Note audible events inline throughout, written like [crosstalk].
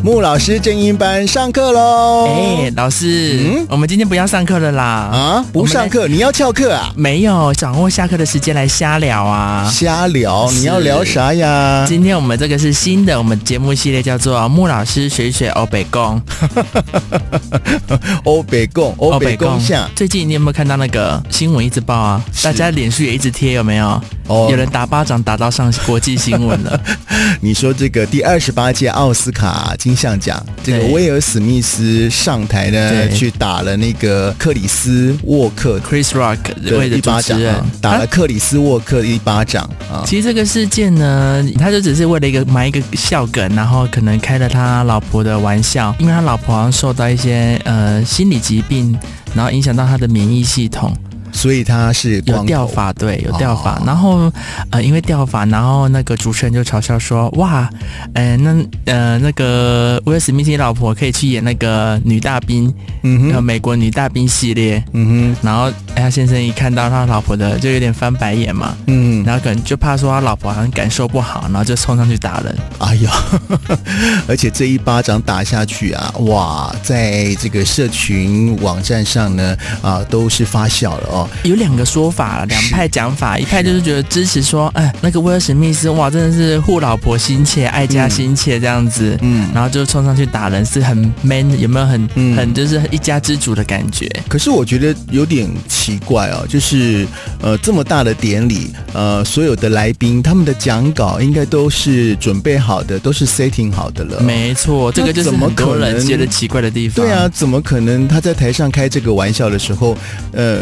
穆老师正音班上课喽！哎，老师，哦嗯我们今天不要上课了啦！啊，不上我们课你要翘课啊？来，没有掌握下课的时间来瞎聊啊。瞎聊，是你要聊啥呀？今天我们这个是新的，我们节目系列叫做《穆老师水水欧北宫》。 [laughs] 欧北共，欧北共下，最近你有没有看到那个新闻一直报啊？是大家脸书也一直贴，有没有？哦有人打巴掌打到上国际新闻 [laughs] 了。你说这个第二十八届奥斯卡金像奖，这个对威尔史密斯上台呢，对去打了那个克里斯沃克 Chris Rock 的为了一主巴持掌人啊，打了啊克里斯沃克的一巴掌啊！其实这个事件呢，他就只是为了一个埋一个笑梗，然后可能开了他老婆的玩笑，因为他老婆好像受到一些呃心理疾病，然后影响到他的免疫系统，所以他是有光掉头，发，对，有掉发。哦然后呃，因为掉发，然后那个主持人就嘲笑说，哇，呃，那呃那个威尔史密斯老婆可以去演那个女大兵，嗯呃，哼，美国女大兵系列。嗯哼，然后哎他先生一看到他老婆的，就有点翻白眼嘛。嗯。然后可能就怕说他老婆好像感受不好，然后就冲上去打人。哎呦， [laughs] 而且这一巴掌打下去啊，哇，在这个社群网站上呢，啊，都是发酵了哦。有两个说法，两派讲法，一派就是觉得支持说，哎，那个威尔史密斯哇，真的是护老婆心切、爱家心切这样子，嗯，然后就冲上去打人，是很 man，有没有很、嗯很就是一家之主的感觉？可是我觉得有点奇怪哦，就是呃，这么大的典礼，呃，所有的来宾他们的讲稿应该都是准备好的，都是 setting 好的了。没错，这个就是怎么很多可人能觉得奇怪的地方。对啊，，怎么可能他在台上开这个玩笑的时候，呃，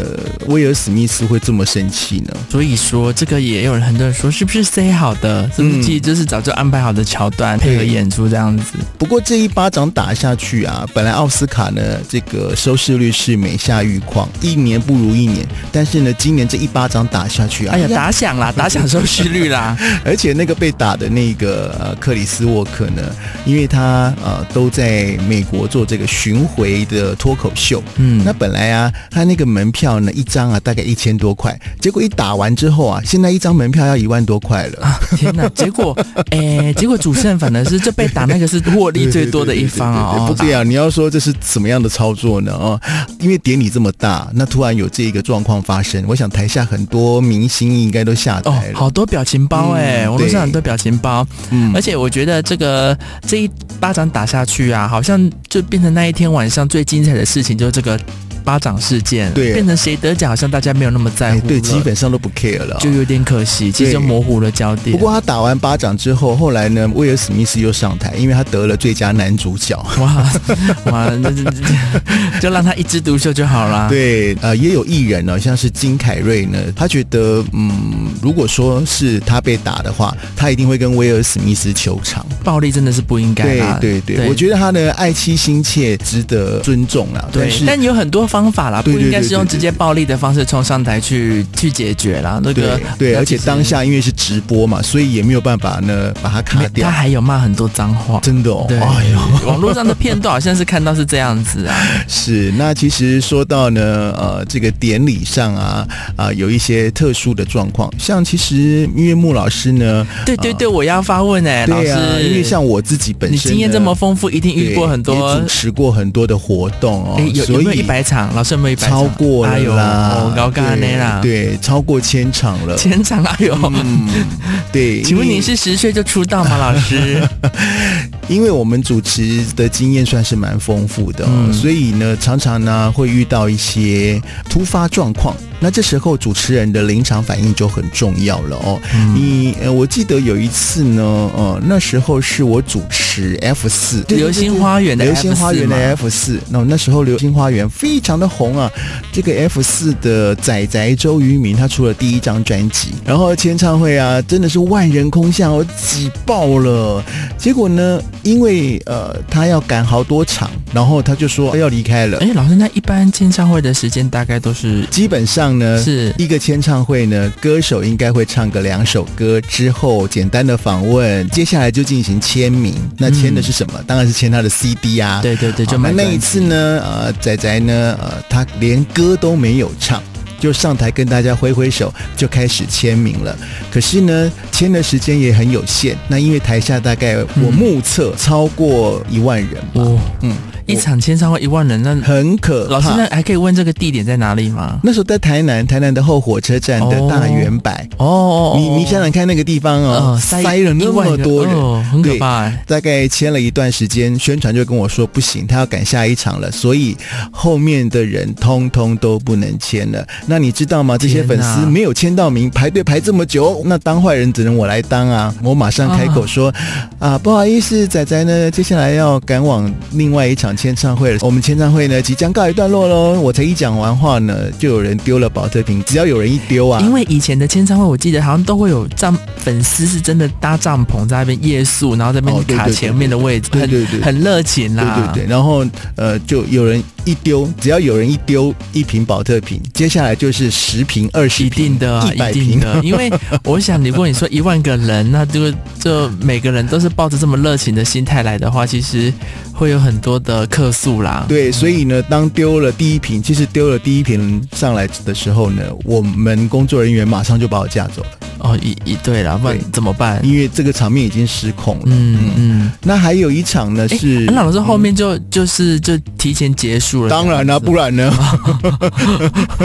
威尔史密斯会这么生气呢？所以说这个也有人很多人说，是不是 say 好的？是不是其实就是早就安排好的桥段配合对演出这样子？不过这一巴掌打下去啊，本来奥斯卡呢这个收视率是每下愈况，一年不如一年。但是呢，今年这一巴掌打下去啊，哎呀，打响啦，打响收视率啦。而且那个被打的那个呃克里斯沃克呢，因为他呃都在美国做这个巡回的脱口秀，嗯那本来啊他那个门票呢一张啊大概一千多块，结果一打完之后啊，现在一张门票要一万多块了。 [laughs] 天哪！结果，诶，结果主持人反而是就被打那 [laughs] 个是获利最多的一方哦。对对对对对对不对啊，你要说这是什么样的操作呢？哦，因为典礼这么大，那突然有这一个状况发生，我想台下很多明星应该都下哦台，了。好多表情包哎、嗯我们对上很多表情包，嗯而且我觉得这个这一巴掌打下去啊，好像就变成那一天晚上最精彩的事情，就是这个巴掌事件，对变成谁得奖，好像大家没有那么哎在乎了，对，基本上都不 care 了哦、就有点可惜，其实就模糊了焦点。不过他打完巴掌之后，后来呢，威尔史密斯又上台，因为他得了最佳男主角。哇哇，那这这 [laughs] 就让他一枝独秀就好啦。对，呃，也有艺人呢，像是金凯瑞呢，他觉得，嗯，如果说是他被打的话，他一定会跟威尔史密斯求偿。暴力真的是不应该对啦。对对，我觉得他的爱妻心切值得尊重啦。但对是，但有很多方法啦，不对对应该对是用对对直接暴力的方式冲上台去去解决啦。那个对对，而且其实当下因为是直播嘛，所以也没有办法呢把它卡掉他。还有骂很多脏话。真的哦，对，哎呦，网络上的片段好像是看到是这样子啊，是，那其实说到呢，呃，这个典礼上啊，啊、有一些特殊的状况，像其实因为穆老师呢，对对对，我要发问哎、老对啊，师，因为像我自己本身你呢经验这么丰富，一定遇过很对也多主，持过很多的活动哦，哎，有有所没以有一百场？老师有没有一百场？超过了哎呦，啦，我高干的啦，，对，对超过千场了。千场哎呦，嗯，对，请问因为你是十岁就出道吗？老 [laughs] 师，因为我们主持的经验算是蛮丰富的、哦，嗯所以呢，常常呢会遇到一些突发状况。那这时候主持人的临场反应就很重要了哦。嗯你呃，我记得有一次呢，呃，那时候是我主持 F 四流星花园的流星 F4 花园的嘛 F 四，那那时候流星花园非常的红啊。这个 F 四的仔仔周渝民他出了第一张专辑，然后签唱会啊，真的是万人空巷哦，挤爆了。结果呢，因为呃他要赶好多场，然后他就说要离开了。哎，老师，那一般签唱会的时间大概都是基本上呢，是一个签唱会呢，歌手应该会唱个两首歌之后，简单的访问，接下来就进行签名。那签的是什么？嗯当然是签他的 CD 啊。对对对，好就那买那一专辑次呢，呃，仔仔呢，呃，他连歌都没有唱。就上台跟大家挥挥手，就开始签名了。可是呢，签的时间也很有限，那因为台下大概我目测超过一万人吧，哦，嗯，一场签唱会一万人，那很可怕。老师那还可以问这个地点在哪里吗？那时候在台南，台南的后火车站的大圆柏，哦哦，你你想想看那个地方哦，呃塞了那么多人，哦很可怕哎。大概签了一段时间，宣传就跟我说不行，他要赶下一场了，所以后面的人通通都不能签了。那你知道吗？这些天哪粉丝没有签到名，排队排这么久，那当坏人只能我来当啊！我马上开口说啊不好意思，仔仔呢，接下来要赶往另外一场签唱会了，我们签唱会呢即将告一段落喽。我才一讲完话呢，就有人丢了保特瓶，只要有人一丢啊，因为以前的签唱会，我记得好像都会有帐粉丝是真的搭帐篷在那边夜宿，然后在那哦对边卡对对前面的位置，对对对很很热情啦。对对对，然后呃，就有人一丢，只要有人一丢一瓶保特瓶，接下来就是十瓶、二十一瓶、定的啊，一百一定瓶。的，[laughs] 因为我想，如果你说一万个人，那这个就每个人都是抱着这么热情的心态来的话，其实会有很多的客诉啦。对，所以呢，当丢了第一瓶，其实丢了第一瓶上来的时候呢，我们工作人员马上就把我架走了，哦，一一对啦，不然对怎么办？因为这个场面已经失控了。嗯嗯，那还有一场呢诶啊是，嗯那老师后面就就是就提前结束了。当然啦、不然呢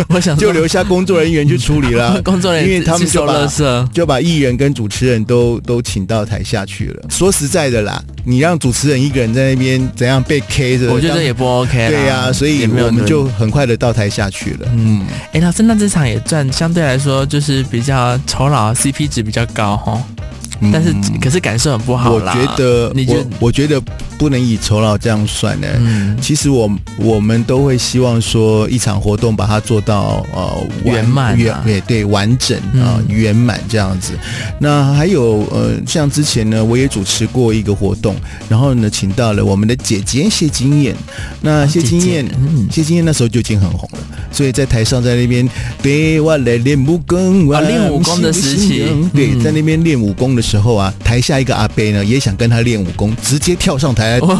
我想说就留下工作人员去处理 [laughs]，啦工作人因员为他们去收就把垃圾。就把艺人跟主持人都都请到台下去了。说实在的啦，你让主持人一个人在那边怎样被 K 着，我觉得也不 OK 啦对呀、所以也没有我们人就很快的到台下去了。嗯，哎、老师，那这场也赚，相对来说就是比较酬劳 CP 值比较高哈，嗯但是、可是感受很不好我啦。觉得，你就我我觉得不能以酬劳这样算呢、嗯其实我我们都会希望说，一场活动把它做到呃完圆满啊圆对对完整啊、嗯圆满这样子。那还有呃，像之前呢，我也主持过一个活动，然后呢，请到了我们的姐姐谢金燕。那谢金燕啊姐姐嗯谢金燕那时候就已经很红了，所以在台上在那边对我来练武功，我啊练武功的时期对，嗯在那边练武功的时候啊，台下一个阿伯呢也想跟他练武功，直接跳上台来哦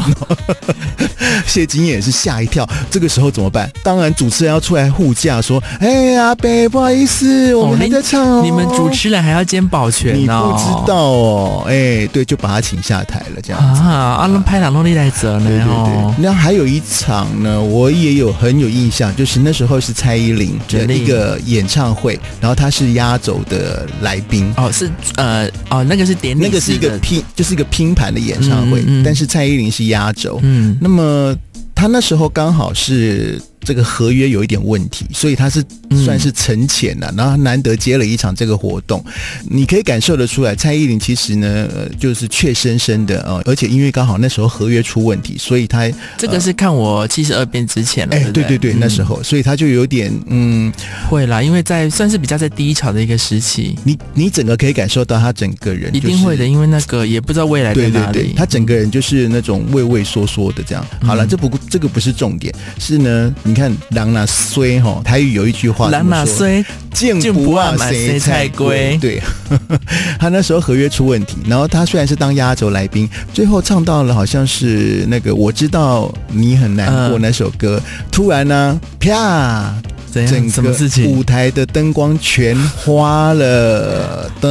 谢金燕也是吓一跳，这个时候怎么办？当然，主持人要出来护驾，说：“哎，阿北，不好意思，我们还在唱哦。你们主持人还要兼保全你不哦，知道哦，哎，对，就把他请下台了，这样。啊？阿伦拍档弄力来者呢对对对哦，，那还有一场呢，我也有很有印象，就是那时候是蔡依林的陈丽一个演唱会，然后她是压轴的来宾，哦是呃哦那个是典礼，那个啊是一个，拼，就是一个拼盘的演唱会，嗯嗯嗯但是蔡依林是压轴，嗯，那么他那时候刚好是这个合约有一点问题，所以他是啊嗯算是沉潜了、然后难得接了一场这个活动，你可以感受得出来，蔡依林其实呢，呃、就是怯生生的呃，而且因为刚好那时候合约出问题，所以他这个是看我七十二变之前了，哎、不对对对，那时候、候，所以他就有点嗯，嗯会啦，因为在算是比较在低潮的一个时期，你你整个可以感受到他整个人、一就是、定会的，。因为那个也不知道未来在对对哪里，对，他整个人就是那种畏畏缩缩的这样。好了，嗯这不这个不是重点，是呢，你看“狼哪虽”哈，台语有一句话，蓝马虽。虽见不忘谁菜龟。对， [laughs] 他那时候合约出问题，然后他虽然是当压轴来宾，最后唱到了好像是那个我知道你很难过嗯那首歌，突然呢、啪，怎整样？什么个事情？舞台的灯光全花了，噔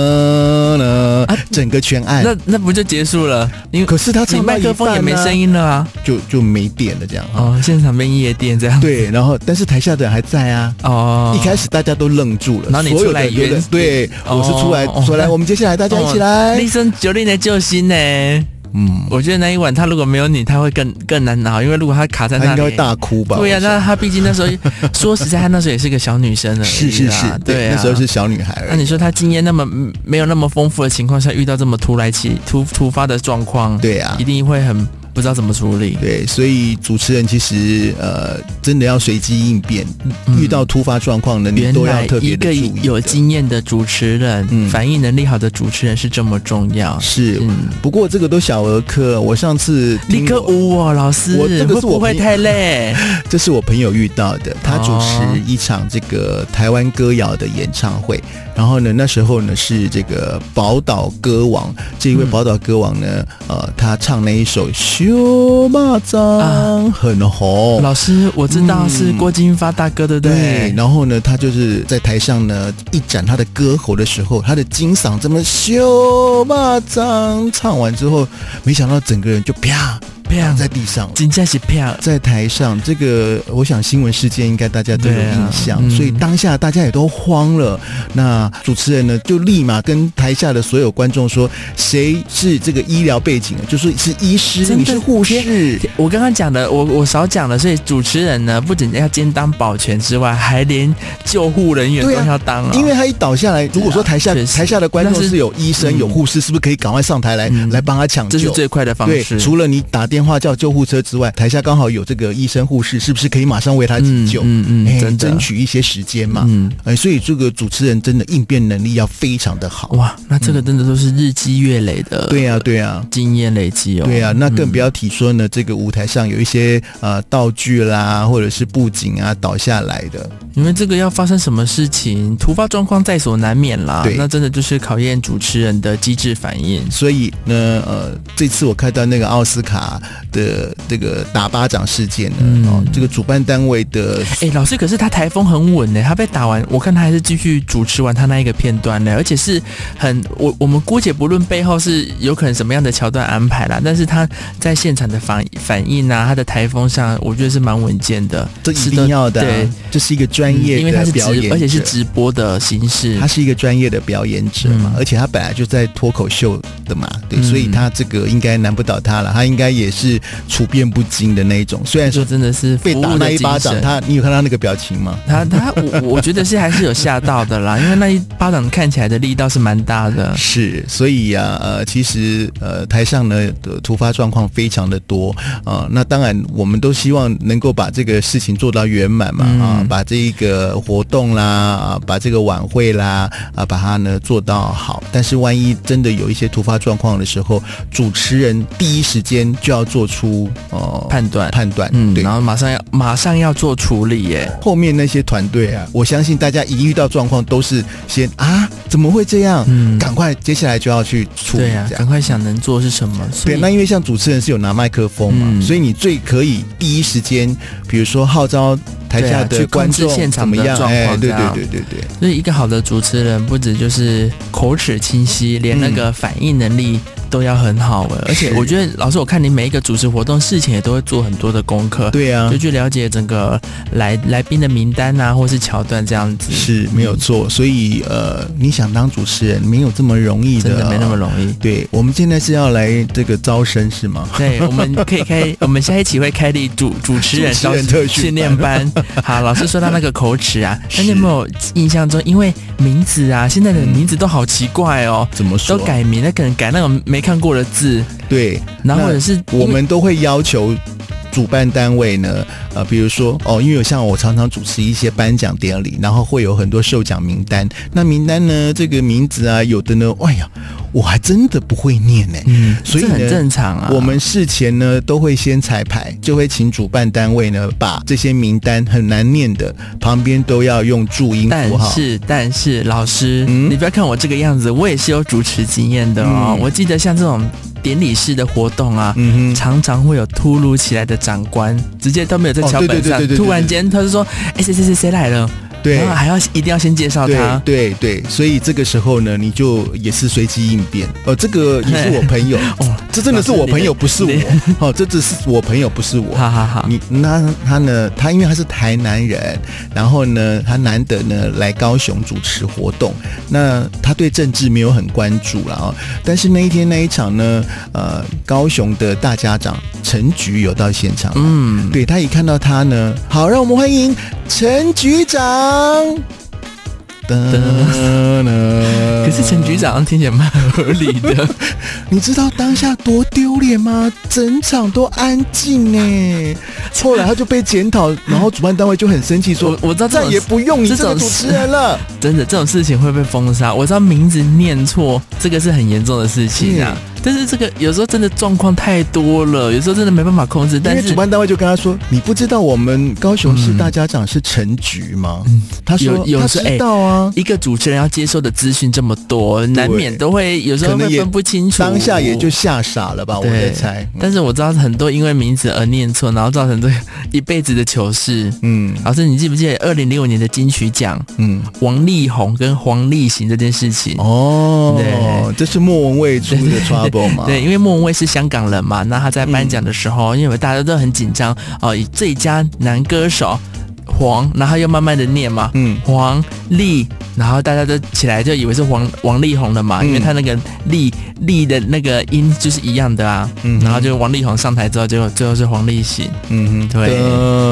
了啊，整个全暗。那那不就结束了？因为可是他你唱到麦一克风也半没呢声，音了啊！就就没电了这样。哦，现场变夜店这样。对，然后但是台下的人还在啊，哦，一开始大家都愣住了，然后你所有出来的人都原愣对，哦我是出来哦说来，我们接下来大家一起来，立生九令的救星呢？嗯，我觉得那一晚他如果没有你，他会更更难熬，因为如果他卡在他那应该会里，大哭吧？对呀、我想那他毕竟那时候说实在，他那时候也是个小女生而已 [laughs] 啦是是是，对啊，那时候是。小女孩那而已。你说他经验那么嗯没有那么丰富的情况下，遇到这么突来起突突发的状况，对啊嗯一，定会很不知道怎么处理。对，所以主持人其实呃，真的要随机应变，遇到突发状况呢，你嗯原都来要特别一的个注意的。有经验的主持人，嗯反应能力好的主持人是这么重要。是，嗯，不过这个都小儿科。我上次立听刻我，舞哦，老师，我这个会是我不会朋友太 [laughs] 累？这是我朋友遇到的，他主哦持一场这个台湾歌谣的演唱会，然后呢，那时候呢是这个宝岛歌王这一位嗯宝岛歌王呢，呃，他唱那一首《修马掌啊很红。老师，我知道嗯是郭金发大哥，对不对对，？然后呢，他就是在台上呢一展他的歌喉的时候，他的金嗓这么修马掌唱完之后，没想到整个人就啪漂躺在亮，地上了。真正是漂亮。在台上，这个我想新闻事件应该大家都有对啊印象，嗯所以当下大家也都慌了。那主持人呢，就立马跟台下的所有观众说，谁是这个医疗背景的，就说是医师，真的你是护士，我刚刚讲的，我我少讲了，所以主持人呢，不仅要兼当保全之外，还连救护人员都对啊要当啊。因为他一倒下来，如果说台下确实台下的观众但是是有医生嗯有护士，是不是可以赶快上台来嗯来帮他抢这是救？最快的方对，式。除了你打电话叫救护车之外，台下刚好有这个医生护士，是不是可以马上为他急嗯救？嗯哎嗯，真的争取一些时间嘛。嗯。哎，所以这个主持人真的应变能力要非常的好。哇，那这个真的都是日积月累的，嗯对呀、对呀、经验累积哦。对啊呀、那更不要、要提说呢，这个舞台上有一些呃道具啦，或者是布景啊倒下来的。因为这个要发生什么事情，突发状况在所难免啦对。那真的就是考验主持人的机智反应。所以呢，呃，这次我看到那个奥斯卡的这个打巴掌事件呢，嗯哦，这个主办单位的哎、老师，可是他台风很稳呢、他被打完，我看他还是继续主持完他那一个片段呢，而且是很我我们姑且不论背后是有可能什么样的桥段安排啦，但是他在现场的反反应啊，他的台风上，我觉得是蛮稳健的，这一是定要的啊、对嗯这是一个专业因为他的是表演直，者，而且是直播的形式他，是一个专业的表演者嘛，嗯而且他本来就在脱口秀的嘛，对，嗯所以他这个应该难不倒他了，他应该也是处变不惊的那一种。虽然就说真的是被服打务那的一巴精掌，神。他你有看到那个表情吗？他他我我觉得是还是有吓到的啦，因为那一巴掌看起来的力道是蛮大的。是，所以呀、呃，其实呃，台上呢的突发状况非常的多啊、那当然，我们都希望能够把这个事情做到圆满嘛嗯啊，把这一个活动啦，啊，把这个晚会啦，啊，把它呢做到好。但是万一真的有一些突发状况的时候，主持人第一时间就要做出呃判断，判断，嗯，对然。后马上要马上要做处理耶，后面那些团队啊，我相信大家一遇到状况都是先啊，怎么会这样？嗯，赶快，接下来就要去处理对啊呀、这样。赶快想能做是什么。所对，以那因为像主持人是有拿麦克风嘛，嗯所以你最可以第一时间，比如说号召台下对啊的去观控制众现怎场么的样？状哎，况对这样对对对对，所以一个好的主持人，不止就是口齿清晰，连那个反应能力都要很好哎、而且嗯是我觉得，老师，我看你每一个主持活动事情也都会做很多的功课，对啊就，去了解整个来来宾的名单啊，或是桥段这样子，是没有错。所以呃，你想当主持人没有这么容易真的没那么易。容易。对，我们现在是要来这个招生是吗？对，我们可 [laughs] 以开，我们下一期会开立主主持人主持人特训训练班。好，老师说到那个口齿啊，那你有没有印象中，因为名字啊，现在的嗯名字都好奇怪哦，怎么说？都改名，那可能改那种没看过的字，对，然后那或者是我们都会要求主办单位呢，呃，比如说哦，因为有像我常常主持一些颁奖典礼，然后会有很多授奖名单。那名单呢，这个名字啊，有的呢，哎呀，我还真的不会念呢、嗯，所以这呢很正常啊。我们事前呢都会先彩排，就会请主办单位呢把这些名单很难念的旁边都要用注音但嗯符号。是但是老师，嗯你不要看我这个样子，我也是有主持经验的哦。嗯我记得像这种典礼式的活动啊，嗯哼，常常会有突如其来的长官，直接都没有在哦脚对对本对上，对对对突然间他就说：“哎，谁谁谁谁来了？”对然后还要一定要先介绍他。对对对，所以这个时候呢，你就也是随机应变。呃，这 [laughs] 个也是我朋友，哦，这真的是我朋友，不是你我。哦，这只是我朋友，不是我。好好好，你那他呢？他因为他是台南人，然后呢，他难得呢来高雄主持活动。那他对政治没有很关注了哦，但是那一天那一场呢，呃，高雄的大家长陈菊有到现场。嗯，对他一看到他呢，好，让我们欢迎陈局长。可可是陈局，长听起来蛮合理 [laughs] 的，你知道当下多丢脸吗？整场都安静呢。后来他就被检 [laughs] 讨，然后主办单位就很生气，说我我知道这再种也不用你这这个种主持事人了。真的这种事情会被封杀。我知道名字念错，这个是很严重的事情啊。但是这个有时候真的状况太多了，有时候真的没办法控制。因但为是主办单位就跟他说：“你不知道我们高雄市嗯大家长是陈局吗？”他说：“有有他时哎候知道啊。一个主持人要接受的资讯这么多，难免都会有时候可会能也分不清楚。当下也就吓傻了吧，我在对猜。嗯但是我知道很多因为名字而念错，然后造成这个一辈子的糗事。嗯老师，你记不记得二零零五年的金曲奖，嗯，王力宏跟黄立行这件事情？哦对，这是莫文蔚出的 trouble 吗？嗯对，因为莫文蔚是香港人嘛，那他在颁奖的时候，因为大家都很紧张哦，以最佳男歌手黄，然后又慢慢的念嘛，嗯黄立，然后大家都起来就以为是黄王力宏了嘛，嗯因为他那个立立的那个音就是一样的啊，嗯哼然后就王力宏上台之后，结果最后是黄立行，嗯哼，对对对，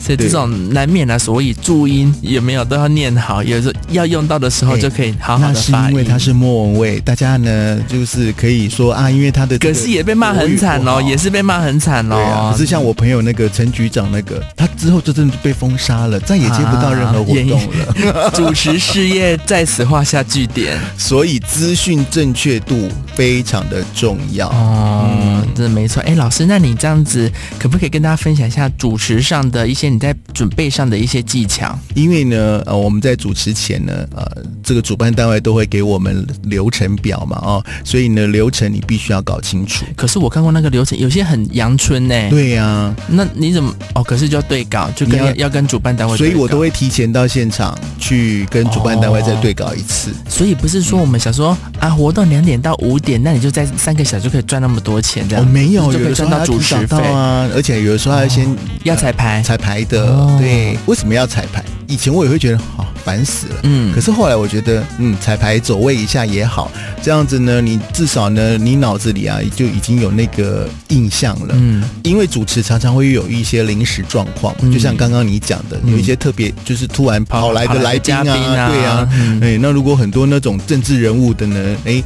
所以对这种难免啊，所以注音有没有都要念好，有时候要用到的时候哎就可以好好那的是发因为音。他是莫文蔚，大家呢就是可以说啊，因为他的这可个是也被骂很惨国哦，语不好也是被骂很惨对啊。哦可。是像我朋友那个陈局长那个，他之后就真的被封杀了，再也接不到任何活动啊了。 [laughs] 主持事业在此画下句点。所以资讯正确度非常的重要。哦，真的没错。哎，老师，那你这样子，可不可以跟大家分享一下主持上的一些你在准备上的一些技巧？因为呢，呃，我们在主持前呢，呃，这个主办单位都会给我们流程表嘛，哦，所以呢，流程你必须要搞清楚。可是我看过那个流程，有些很阳春呢、对呀、那你怎么？哦，可是就要对稿，就跟你要要跟主办单位所对稿，以我都会提前到现场去跟主办单位再对稿一次。所以不是说我们想说啊，活动两点到五点，那你就在三个小时就可以赚那么多钱这哦，样，没有，有就可以的时赚候到要主提持早费到，啊，而且有的时候要先、要彩排。彩排的，哦对，为什么要彩排？以前我也会觉得好、烦死了。嗯可，是后来我觉得，嗯，彩排走位一下也好，这样子呢，你至少呢，你脑子里啊就已经有那个印象了。嗯，因为主持常常会有一些临时状况，嗯就像刚刚你讲的，嗯有一些特别就是突然跑来跑的来来的宾啊，嘉宾啊对啊，嗯哎，那如果很多那种政治人物的呢，哎。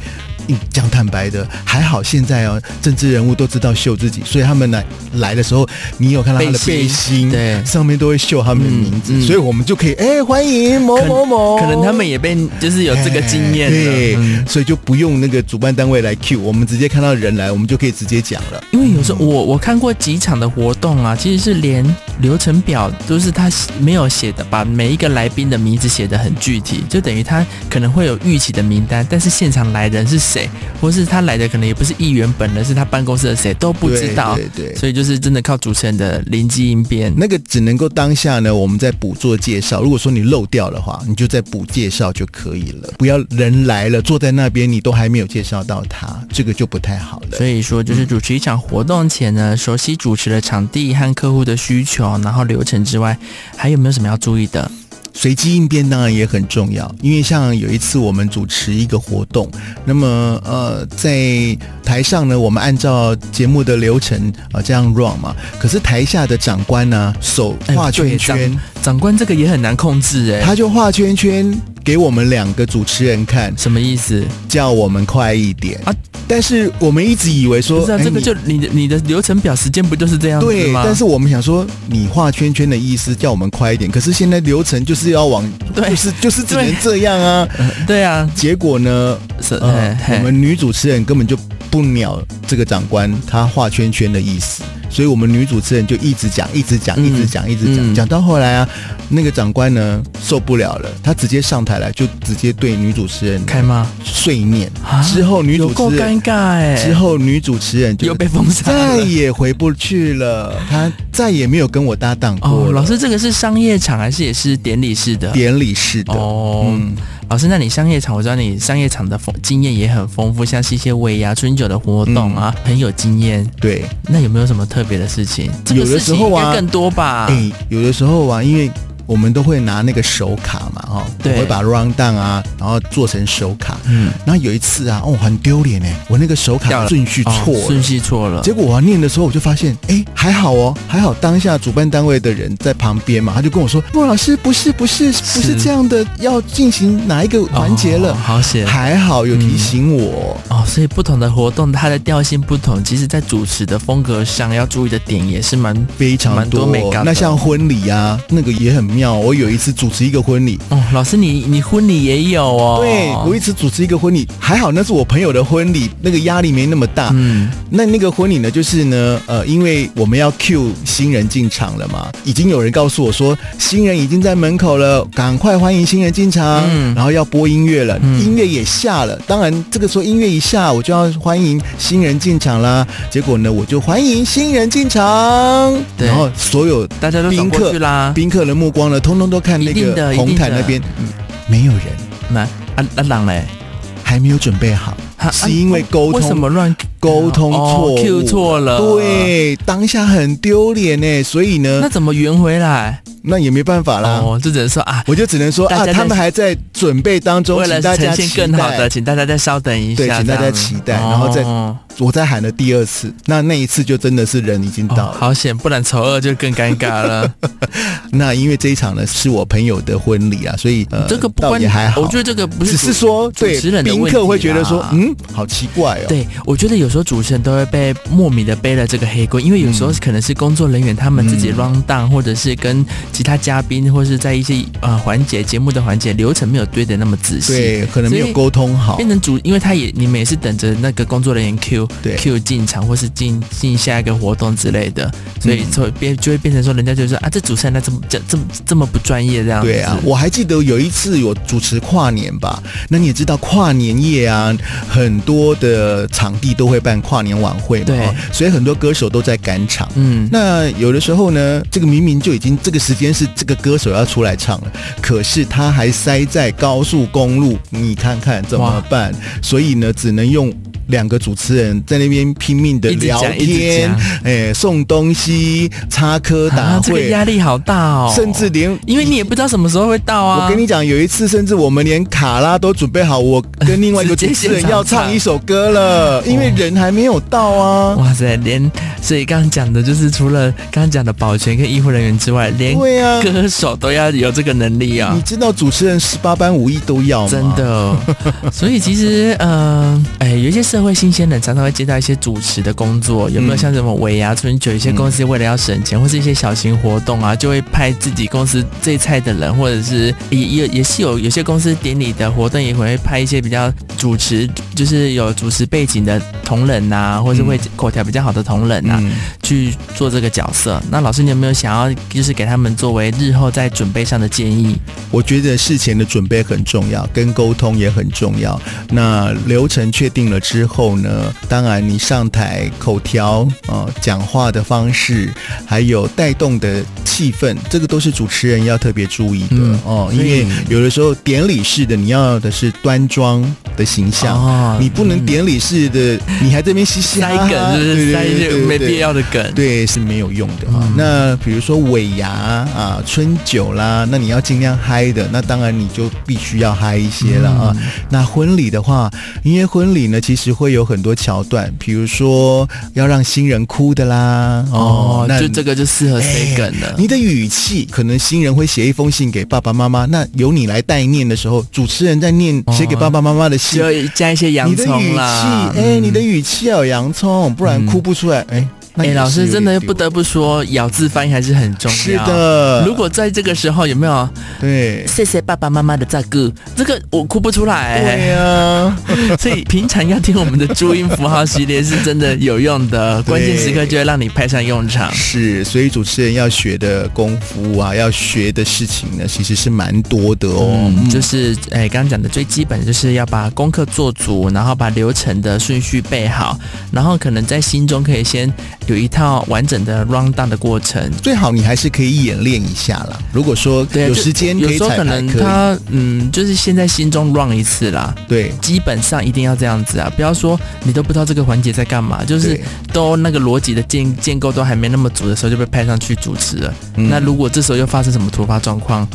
嗯讲坦白的，还好现在哦，政治人物都知道秀自己，所以他们来来的时候，你有看到他的背背心，心对上面都会秀他们的名字，嗯嗯所以我们就可以哎、欢迎某某某，可能他们也被就是有这个经验哎的。对，嗯所以就不用那个主办单位来 cue，我们直接看到人来，我们就可以直接讲了。因为有时候我我看过几场的活动啊，其实是连流程表都是他没有写的，把每一个来宾的名字写得很具体，就等于他可能会有预期的名单，但是现场来的人是谁，或是他来的可能也不是议员本人，是他办公室的谁都不知道，对对对所以就是真的靠主持人的灵机应变。那个只能够当下呢，我们在补做介绍。如果说你漏掉的话，你就再补介绍就可以了。不要人来了，坐在那边你都还没有介绍到他，这个就不太好了。所以说，就是主持一场活动前呢，熟悉主持的场地和客户的需求，然后流程之外，还有没有什么要注意的？随机应变当然也很重要，因为像有一次我们主持一个活动，那么呃，在台上呢，我们按照节目的流程啊、呃这样 run 嘛，可是台下的长官呢，手哎画对圈圈。长长官这个也很难控制哎、他就画圈圈给我们两个主持人看，什么意思？叫我们快一点啊啊！但是我们一直以为说，不是啊，哎这个你就你的你的流程表时间不就是这样子对，吗？但是我们想说，你画圈圈的意思叫我们快一点，可是现在流程就是要往，对就是就是只对能这样啊。对啊，结果呢，是、哎呃嘿，嘿我们女主持人根本就不鸟这个长官她画圈圈的意思，所以我们女主持人就一直讲，一直讲，嗯一直讲，一直讲，嗯讲到后来啊，那个长官呢受不了了，他直接上台来就直接对女主持人开吗？碎念啊，之后女有主够持人尴尬哎、之后女主持人就又被封杀再了。也回不去了，她再也没有跟我搭档过哦，了。老师，这个是商业场还是也是典礼式的？典礼式的，哦，老师，那你商业场，我知道你商业场的丰经验也很丰富，像是一些尾牙、春酒的活动啊，嗯很有经验。对，那有没有什么特别的事情？这有个的事时情候应啊该更多吧哎、？有的时候啊，因为我们都会拿那个手卡嘛，哈、哦，我对会把 round down 啊，然后做成手卡。嗯，然后有一次啊，哦，很丢脸哎，我那个手掉卡了顺序错哦了。顺序错了。结果我要念的时候，我就发现，哎，还好哦，还好当下主办单位的人在旁边嘛，他就跟我说，莫老师，不是，不是，不是是这样的，要进行哪一个环节了哦？好险。还好有提醒我。哦，所以不同的活动，它的调性不同，其实在主持的风格上要注意的点也是蛮非常蛮多美感的那像婚礼啊，那个也很妙。我有一次主持一个婚礼，哦，老师你你婚礼也有哦？对我一次主持一个婚礼，还好那是我朋友的婚礼，那个压力没那么大。嗯，那那个婚礼呢，就是呢，呃，因为我们要 cue 新人进场了嘛，已经有人告诉我说新人已经在门口了，赶快欢迎新人进场，嗯然后要播音乐了，嗯音乐也下了。当然，这个时候音乐一下，我就要欢迎新人进场啦。结果呢，我就欢迎新人进场，对然后所有大家都走宾过客去啦，宾客的目光呢，通通都看那一定个的，一红定毯那的边，嗯没有人，那啊啊朗嘞，还没有准备好，啊是因为沟为什通么乱沟通错误、哦，Q 错了？，对，当下很丢脸呢，所以呢，那那怎么圆回来？也没办法啦，哦，就只能说啊，我就只能说大家啊，在他们还在准备当中，为请了大家呈现期更好的，待。请大家再稍等一下，对请大家这样期待然后再哦我在喊了第二次，那那一次就真的是人已经哦到了。好险，不然丑恶就更尴尬了。那因为这一场呢是我朋友的婚礼啊，所以 [laughs] 呃，这个不倒关也还好，我觉得这个不是只主是说对主持人的宾问题客会觉得说啦，嗯，好奇怪哦。对，我觉得有时候主持人都会被莫名的背了这个黑锅，因为有时候可能是工作人员他们自己嗯 round down，、或者是跟其他嘉宾，或是在一些呃环节节目的环节流程没有对的那么仔细。对，可能没所有以沟通好变。成主，因为他也你们也是等着那个工作人员 Q 对 Q 进场，或是进进下一个活动之类的，所以嗯就会变就会变成说，人家就说啊，这主持人他这么这这么这么不专业这样子。对啊，我还记得有一次有主持跨年吧，那你也知道跨年夜啊，很多的场地都会办跨年晚会嘛，对哦所以很多歌手都在赶场。嗯，那有的时候呢，这个明明就已经这个时间是这个歌手要出来唱了，可是他还塞在高速公路，你看看怎么办？所以呢，只能用两个主持人在那边拼命的一直聊讲一直天讲，哎，送东西、插科打啊，这个诨，压力好大哦，甚至连因为你也不知道什么时候会到啊。我跟你讲，有一次甚至我们连卡拉都准备好，我跟另外一个主直持接人现场哦要唱一首歌了，因为人还没有到啊。哇塞，连所以刚刚讲的就是除了刚刚讲的保全跟医护人员之外，连对啊，歌手都要有这个能力哎啊你。知道主持人十八般武艺都要吗？真 [laughs] 的，所以其实，嗯、哎，有一些社会新鲜人常常会接到一些主持的工作，有没有嗯像什么尾牙、春酒，有些公司为了要省钱，或是一些小型活动啊，就会派自己公司最菜的人，或者是也也也是有有些公司典礼的活动也会派一些比较主持，就是有主持背景的同仁呐、或是会口条比较好的同仁呐、啊嗯，去做这个角色。那老师，你有没有想要就是给他们作为日后在准备上的建议？我觉得事前的准备很重要，跟沟通也很重要。那流程确定了之后呢，当然你上台口条啊、呃讲话的方式，还有带动的气氛，这个都是主持人要特别注意的、嗯哦。因所以为有的时候典礼式的你要的是端庄的形象。哦你不能嗯典礼式的，你还这边嘻嘻塞哈哈，梗，是不对是塞一对些对对没对必要的梗？对，是没有用的啊。嗯那比如说尾牙啊、春酒啦，那你要尽量嗨的，那当然你就必须要嗨一些了嗯啊。那婚礼的话，因为婚礼呢，其实会有很多桥段，比如说要让新人哭的啦，哦，那哎就这。个就适合塞梗了。你的语气，可能新人会写一封信给爸爸妈妈，那由你来代念的时候，主持人在念哦写给爸爸妈妈的信，就加一些洋你的语葱气，啦哎、。你的语气要有洋葱，不然嗯哭不出来，哎、那哎，也老是师有真点的丢不得不说，咬字发音还是很重要。是。的，如果在这个时候有没有对谢谢爸爸妈妈的照顾，这个我哭不出来、对呀、所以平常要听我们的注音符号系列是真的有用 [laughs] 的，关键时刻就会让你派上用场。是，所以主持人要学的功夫啊，要学的事情呢，其实是蛮多的哦。嗯，嗯就是哎，刚刚讲的最基本就是要把功课做足，然后把流程的顺序背好，然后可能在心中可以先有一套完整的 round down 的过程。最好你还是可以演练一下啦。如果说对啊，有就时间有可以时候彩可排，能可以。他嗯，就是先在心中 run 一次啦，对基本上一定要这样子啊，不要说你都不知道这个环节在干嘛，就是对，都那个逻辑的建建构都还没那么足的时候就被派上去主持了。嗯那如果这时候又发生什么突发状况，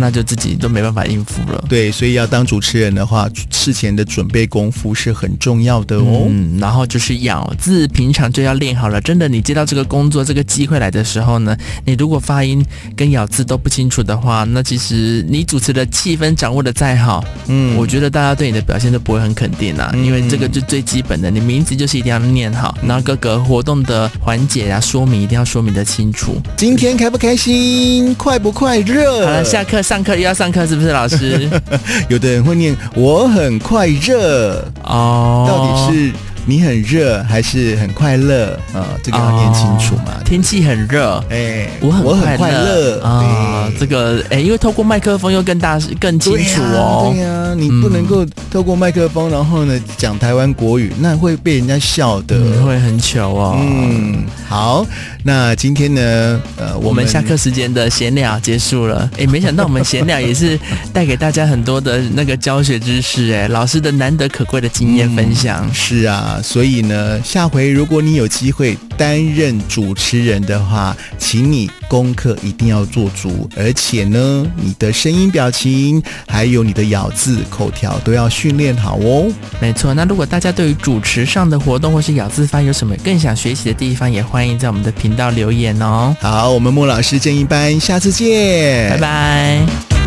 那就自己都没办法应付了。对，所以要当主持人的话，事前的准备功夫是很重要的哦。嗯，然后就是咬字，平常就要练好了。真的，你接到这个工作、这个机会来的时候呢，你如果发音跟咬字都不清楚的话，那其实你主持的气氛掌握的再好，嗯我觉得大家对你的表现都不会很肯定啦、嗯因为这个就最基本的，你名字就是一定要念好，然后各个活动的环节啊、说明一定要说明的清楚。今天开不开心，快不快乐？好了，下课上课又要上课，是不是老师？ [laughs] 有的人会念我很快热，哦，到底是你很热还是很快乐啊、这个要念清楚嘛哦。天气很热。哎、我很快乐啊，这个哎，因为透过麦克风又更大更清对楚哦对。呀、啊对呀你不能够透过麦克风，然后呢讲台湾国语，那会被人家笑的。嗯会很糗哦。嗯，好，那今天呢，呃，我我们们下课时间的闲聊结束了。哎，没想到我们闲聊也是带给大家很多的那个教学知识，哎，老师的难得可贵的经验分享。是啊，所以呢，下回如果你有机会担任主持人的话，请你功课一定要做足，而且呢，你的声音、表情，还有你的咬字、口条都要训练好哦。没错，那如果大家对于主持上的活动或是咬字发音有什么更想学习的地方，也欢迎在我们的频道留言哦。好，我们莫老师建议班，下次见，拜拜。